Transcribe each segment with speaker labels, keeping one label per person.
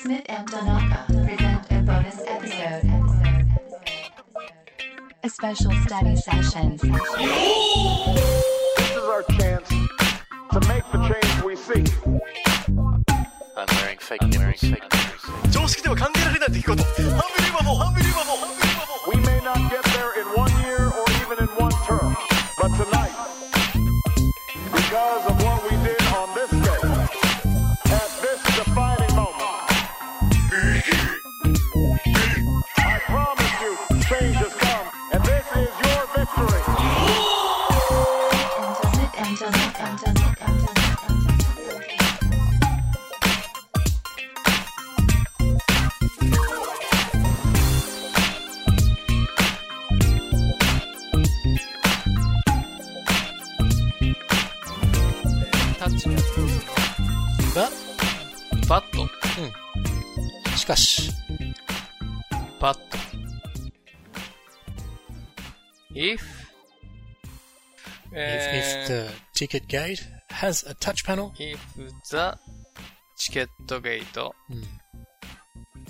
Speaker 1: Smith and Donaka present a bonus episode. episode, episode, episode. A special study session.
Speaker 2: This is our chance to make the change we seek.
Speaker 3: I'm wearing fake I'm wearing fake nipples.
Speaker 4: 常識では考えられない出来事ハンビリーバボーハンビリーバボーハンビリーバボー
Speaker 2: We may not get there in one year or even in one term, but tonight, because of what we did on this day, at this defining moment, I promise you, change has come, and this is your victory.
Speaker 1: Smith and Donaka. Smith and Donaka.
Speaker 5: 「タッチ」のやつが
Speaker 3: バット
Speaker 5: しかし
Speaker 3: バット If
Speaker 5: if, if
Speaker 3: え
Speaker 5: the ticket gate has a touch panel
Speaker 3: ー if the チケットゲート
Speaker 5: うん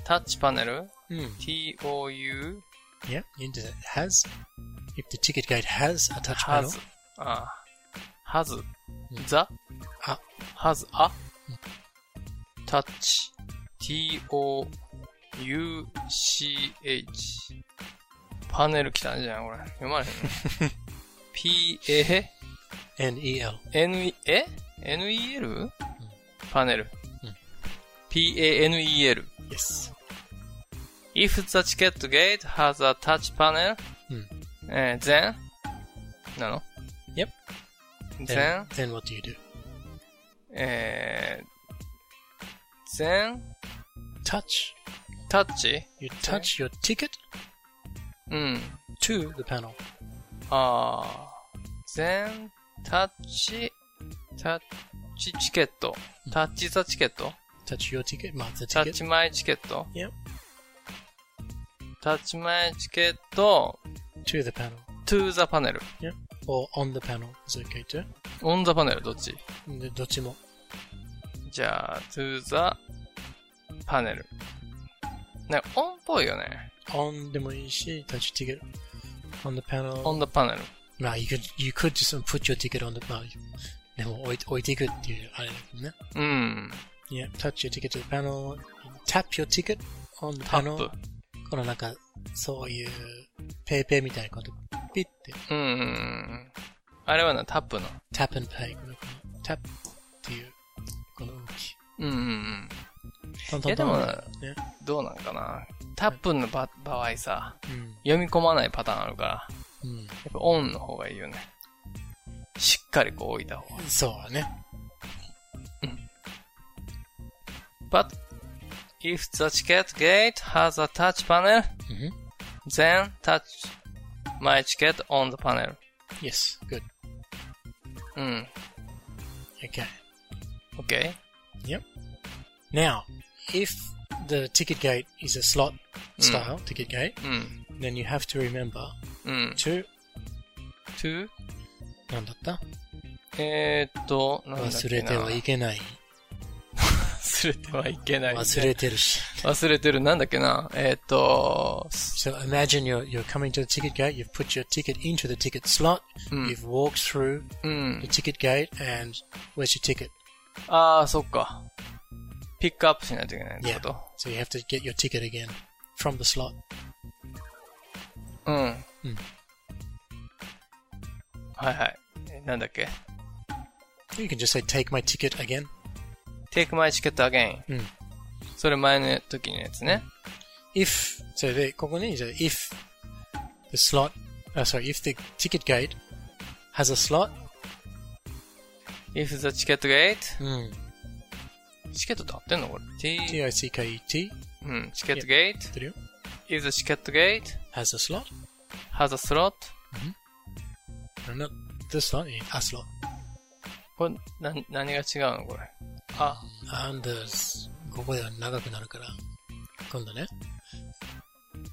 Speaker 3: タッチパネル
Speaker 5: うん
Speaker 3: TOU
Speaker 5: yeah into the has if the ticket gate has a touch panel
Speaker 3: has ああ has
Speaker 5: ん
Speaker 3: the
Speaker 5: あ
Speaker 3: has a touch TOUCH パネル来たんじゃないこれ読まれへん PA
Speaker 5: NEL
Speaker 3: N, え ?NEL? パネル
Speaker 5: うん。
Speaker 3: PANEL。
Speaker 5: yes
Speaker 3: If the ticket gate has a touch panel,
Speaker 5: うん
Speaker 3: えー then? なの
Speaker 5: Yep.
Speaker 3: Then,
Speaker 5: then what do you do
Speaker 3: えー then,
Speaker 5: touch
Speaker 3: touch?
Speaker 5: you touch your ticket
Speaker 3: うん。
Speaker 5: to the panel
Speaker 3: あー then, touch, touch チケット。touch the チケット
Speaker 5: touch your ticket まあ the
Speaker 3: タッ
Speaker 5: ticket
Speaker 3: チ前チケット
Speaker 5: Yep.
Speaker 3: タッチ前チケット、
Speaker 5: to the panel
Speaker 3: to the パネル。
Speaker 5: or on the panel is okay too
Speaker 3: オンザパネル、どっち
Speaker 5: でどっちも
Speaker 3: じゃあ、to the パネル。ね、オンっぽいよね。
Speaker 5: on でもいいし touch ticket on the panel
Speaker 3: オンザパネル。
Speaker 5: まあ、you could, you could just put your ticket on the, まあ、でも置い置いていくっていう、あれだけどね。
Speaker 3: うん。
Speaker 5: Yeah, touch your ticket to the panel, tap your ticket on the
Speaker 3: タッ
Speaker 5: panel.
Speaker 3: プ。
Speaker 5: このなんか、そういう、ペイペイみたいなこと、ピッて、
Speaker 3: うんうんうん。あれはな、タップの。
Speaker 5: tap and pay. この、tap っていう、この動き。
Speaker 3: うんうんうん。
Speaker 5: トントントン
Speaker 3: いや
Speaker 5: ね。
Speaker 3: どうなんかな。タップのば場合さ、
Speaker 5: うん。
Speaker 3: 読み込まないパターンあるから、や
Speaker 5: うん。
Speaker 3: っぱオンの方がいいよね。しっかりこう置いた方が。
Speaker 5: そうだね。
Speaker 3: But if the ticket gate has a touch panel,
Speaker 5: うん
Speaker 3: then touch my ticket on the panel.
Speaker 5: Yes, good.
Speaker 3: うん。
Speaker 5: Okay.
Speaker 3: Okay?
Speaker 5: Now, if the ticket gate is a slot
Speaker 3: Mm.
Speaker 5: style ticket gate,
Speaker 3: うん。
Speaker 5: then you have to remember
Speaker 3: うん。
Speaker 5: to,
Speaker 3: to?
Speaker 5: なんだった
Speaker 3: えー、っと、なんだっけな
Speaker 5: 忘れてはいけない。
Speaker 3: 忘れてはいけない。
Speaker 5: 忘れてるし。
Speaker 3: 忘れてる。なんだっけなえー、っと、す
Speaker 5: So imagine you're, you're coming to the ticket gate, you've put your ticket into the ticket slot,
Speaker 3: Mm.
Speaker 5: you've walked through
Speaker 3: う
Speaker 5: the
Speaker 3: ん。
Speaker 5: ticket gate, and where's your ticket?
Speaker 3: あー、そっか。ピックアップしないといけないってこ
Speaker 5: Yeah.
Speaker 3: と
Speaker 5: So you have to get your ticket again from the slot.
Speaker 3: うん。
Speaker 5: うん
Speaker 3: はいはい。えなんだっけ
Speaker 5: You can just say, take my ticket again.
Speaker 3: Take my ticket again.
Speaker 5: うん
Speaker 3: それ前の時のやつね。
Speaker 5: If, so they, ここに、so if the slot, uh, sorry, if the ticket gate has a slot,
Speaker 3: If the ticket gate
Speaker 5: hmm,
Speaker 3: チケットって合ってんのこれ。T、
Speaker 5: T-I-C-K-E-T,
Speaker 3: うん、チケットゲート。
Speaker 5: てるよ
Speaker 3: If the ticket gate
Speaker 5: E has a slot,
Speaker 3: has a slot.
Speaker 5: no, not the slot, a slot,
Speaker 3: これ、な、何が違うのこれ。あ、
Speaker 5: and there's ここでは長くなるから、今度ね。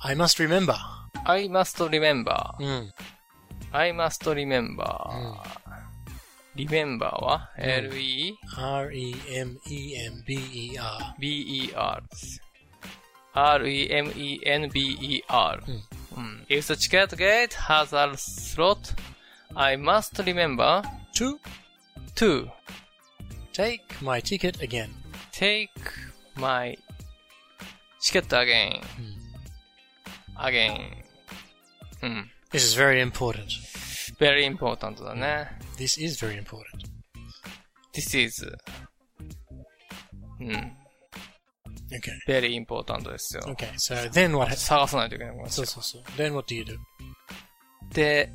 Speaker 5: I must remember.
Speaker 3: I
Speaker 5: Hmm.
Speaker 3: must
Speaker 5: う
Speaker 3: remember.I
Speaker 5: ん。
Speaker 3: must remember.、 remember は、
Speaker 5: ん E R-E-M-E-M-B-E-R
Speaker 3: L-E-B-E-R です。R-E-M-E-N-B-E-R。うん。If the ticket gate has a slot, I must remember
Speaker 5: To
Speaker 3: to
Speaker 5: take my ticket again
Speaker 3: take my ticket again. again. うん。
Speaker 5: This is very important
Speaker 3: very important だね。
Speaker 5: This is very important
Speaker 3: this is うん。
Speaker 5: Okay
Speaker 3: very important ですよ。
Speaker 5: Okay so then what happens
Speaker 3: 探さないといけないこれ
Speaker 5: そうそうそう Then what do you do?
Speaker 3: で、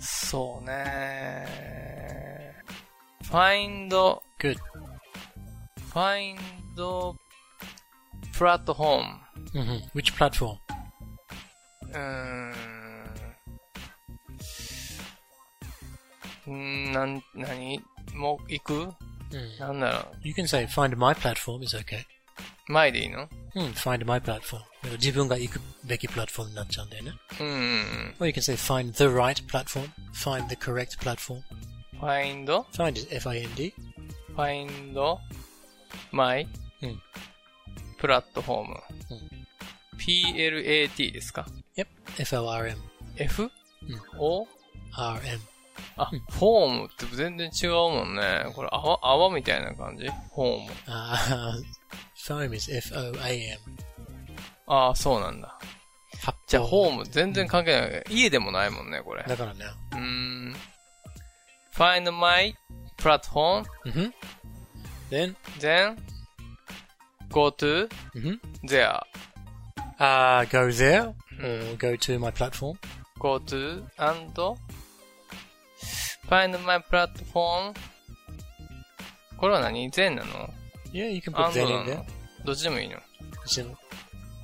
Speaker 3: そうね。find,
Speaker 5: Good
Speaker 3: find platform.
Speaker 5: hmm Which platform?
Speaker 3: うーん。うーんなん、なにもう行く
Speaker 5: Mm.
Speaker 3: なんだろ
Speaker 5: You can say find my platform is okay
Speaker 3: う前でいいの
Speaker 5: Mm, find my platform だから自分が行くべきプラットフォームになっちゃうんだよね
Speaker 3: うんうん
Speaker 5: Or you can say find the right platform Find the correct platform
Speaker 3: うん。find,
Speaker 5: Find is F-I-N-D
Speaker 3: find my
Speaker 5: うん
Speaker 3: platform.
Speaker 5: うん
Speaker 3: PLAT ですか
Speaker 5: Yep F-O-R-M
Speaker 3: ?F?
Speaker 5: う
Speaker 3: O?
Speaker 5: R-M
Speaker 3: あ、フォームって全然違うもんね。これ泡、泡みたいな感じフォーム。
Speaker 5: Uh, foam is F O A M.
Speaker 3: ああ、そうなんだ。じゃあ、フォーム全然関係ない。家でもないもんね、これ。
Speaker 5: だからね。
Speaker 3: うーん。find my platform,
Speaker 5: うんふん。Then?
Speaker 3: then go to
Speaker 5: うんふん。
Speaker 3: there,
Speaker 5: Uh, go there or go to my platform.
Speaker 3: go to and find my platform. これは何 ?then なの
Speaker 5: Yeah, you can put
Speaker 3: and
Speaker 5: then
Speaker 3: な
Speaker 5: in
Speaker 3: の
Speaker 5: there.
Speaker 3: どっちでもいいの
Speaker 5: It's in-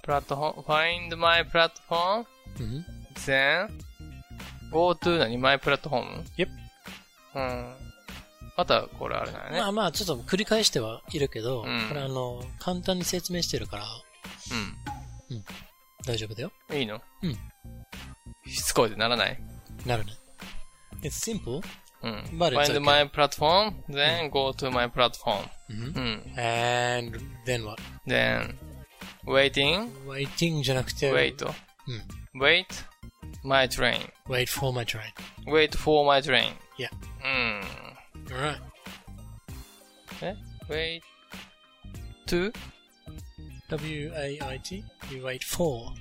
Speaker 3: プラットフォーム、find my platform,
Speaker 5: うんふん
Speaker 3: then go to 何 ?my platform?
Speaker 5: Yep.
Speaker 3: うん。またこれあれだよね。
Speaker 5: まあまあ、ちょっと繰り返してはいるけど、
Speaker 3: うん
Speaker 5: これあの、簡単に説明してるから大丈夫だよ。
Speaker 3: うん。いいの
Speaker 5: うん。
Speaker 3: しつこいでならない
Speaker 5: なるね。It's simple.
Speaker 3: うん。
Speaker 5: But it's
Speaker 3: Find
Speaker 5: okay.
Speaker 3: my platform, then go to my platform.
Speaker 5: うんふ
Speaker 3: うんん。
Speaker 5: And then what?
Speaker 3: Then, waiting,
Speaker 5: Waiting じゃなくて、
Speaker 3: wait,
Speaker 5: うん
Speaker 3: wait, my train,
Speaker 5: Wait for my train.
Speaker 3: wait for my train.
Speaker 5: Yeah.
Speaker 3: うん。
Speaker 5: Alright.
Speaker 3: え ?wait to?
Speaker 5: W-A-I-T. You wait for.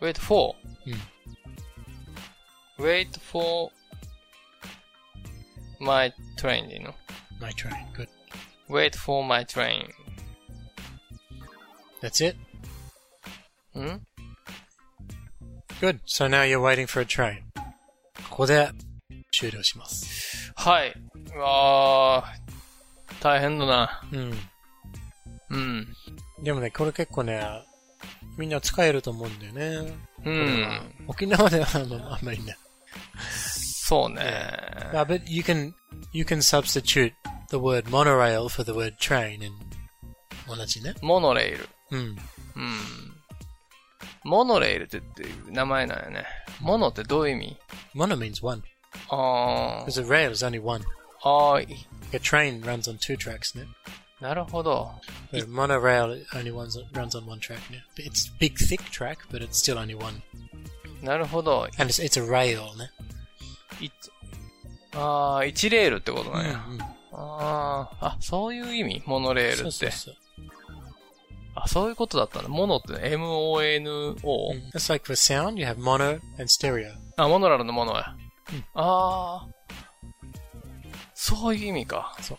Speaker 3: wait for?
Speaker 5: うん
Speaker 3: wait for my train でいいの
Speaker 5: My train. Good.
Speaker 3: ?wait for my train.
Speaker 5: That's it.
Speaker 3: うん
Speaker 5: Good. So now you're waiting for a train. ここで終了します。
Speaker 3: はい。うわー、大変だな。
Speaker 5: うん。
Speaker 3: うん。
Speaker 5: でもね、これ結構ね、みんな使えると思うんだよね。
Speaker 3: う
Speaker 5: これ
Speaker 3: ん
Speaker 5: は。沖縄ではあのあんまりね。
Speaker 3: そうね。
Speaker 5: Yeah, but you can, you can substitute the word monorail for the word train and 同じね。
Speaker 3: モノレール。
Speaker 5: うん。
Speaker 3: うん。モノレールってっていう名前なんやね。モノってどういう意味
Speaker 5: mono means one.
Speaker 3: あ
Speaker 5: Because a rail is only one.
Speaker 3: あ。ああ、い
Speaker 5: A train runs on two tracks ね。
Speaker 3: なるほど。
Speaker 5: But a monorail only runs on, runs on one track ね。But It's big thick track, but it's still only one.
Speaker 3: なるほど。
Speaker 5: And it's, it's a rail ね。
Speaker 3: いああ、1レールってことなんや。
Speaker 5: うん
Speaker 3: ああ、あ、そういう意味モノレールって。
Speaker 5: そうそうそう。
Speaker 3: あ、そういうことだったんだ。モノって MONO。
Speaker 5: It's like for sound, you have mono and stereo.
Speaker 3: あ、モノラルのモノや。ああ。そういう意味か。
Speaker 5: そう。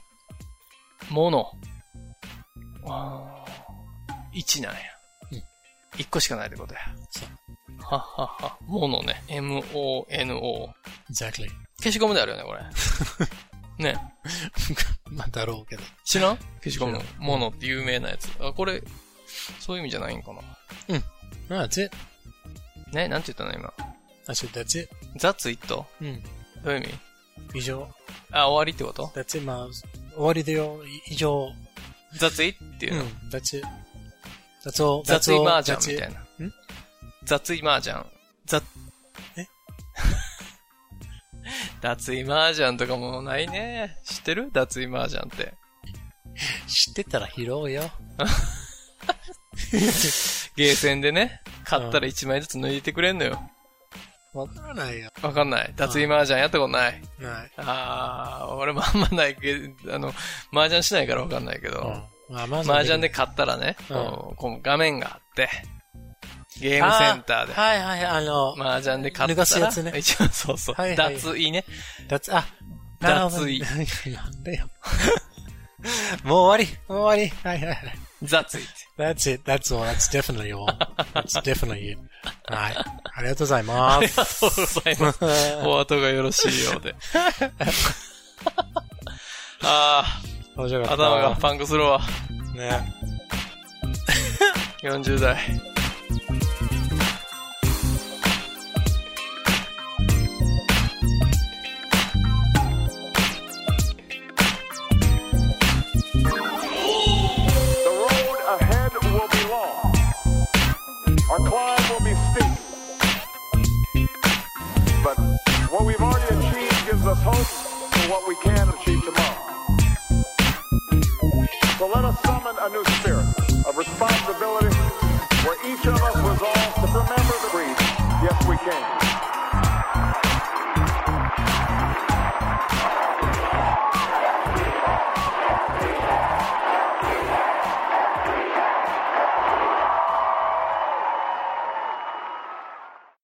Speaker 3: モノ。ああ。1なんや。
Speaker 5: うん
Speaker 3: 一1個しかないってことや。
Speaker 5: そう
Speaker 3: はっはっは。モノね。M-O-N-O。
Speaker 5: Exactly.
Speaker 3: 消しゴムであるよね、これ。ね。
Speaker 5: まあ、だろうけど。
Speaker 3: 知らん消しゴム
Speaker 5: 知。
Speaker 3: モノって有名なやつ。あ、これ、そういう意味じゃないんかな。
Speaker 5: No, that's it.
Speaker 3: ね、なんて言ったの今。
Speaker 5: I said that's it. Hmm.
Speaker 3: That's it? ど
Speaker 5: うん。
Speaker 3: ういう意味
Speaker 5: 以上。
Speaker 3: あ、終わりってこと
Speaker 5: That's it, まあ、終わりだよ。い以上。
Speaker 3: ?That's it? っていううの。
Speaker 5: ん。That's hmm, it. That's all.
Speaker 3: 雑
Speaker 5: That's
Speaker 3: い
Speaker 5: all.
Speaker 3: 麻雀
Speaker 5: That's it.
Speaker 3: みたいな。 雑い麻雀。雑、
Speaker 5: え
Speaker 3: 脱衣麻雀とかもないね。知ってる脱衣麻雀って。
Speaker 5: 知ってたら拾うよ。
Speaker 3: ゲーセンでね、買ったら1枚ずつ抜いてくれんのよ。
Speaker 5: わからないよ。
Speaker 3: わかんない。 脱衣麻雀やったことない。
Speaker 5: ない。
Speaker 3: あー、俺もあんまないけど、あの、麻雀しないからわかんないけ
Speaker 5: Oh.
Speaker 3: ど。
Speaker 5: うん。まあ、まず
Speaker 3: 麻雀で買ったらね、
Speaker 5: うん
Speaker 3: こうこう画面があって、ゲ
Speaker 5: ゲ
Speaker 3: ームセンターで、
Speaker 5: はいはい、あの、
Speaker 3: 麻雀で買った
Speaker 5: 脱
Speaker 3: ら、
Speaker 5: がすやつね
Speaker 3: 一番そうそう、
Speaker 5: はいはい
Speaker 3: 脱衣ね。
Speaker 5: 脱、あ、なるほど
Speaker 3: 脱衣。
Speaker 5: なんだよ。もう終わり、もう終わり。はいはいはい。
Speaker 3: 雑衣って。
Speaker 5: That's it. That's all. That's definitely all. That's definitely it. はい。ありがとうございま
Speaker 3: あり
Speaker 5: す。
Speaker 3: がとうございます。 お後がよろしいようで。あ
Speaker 5: 面白
Speaker 3: あ、
Speaker 5: かった。
Speaker 3: 頭がパンクするわ。
Speaker 5: ね。
Speaker 3: 40代。
Speaker 2: The road ahead will be long. Our climb will be steep. But what we've already achieved gives us hope for what we can achieve.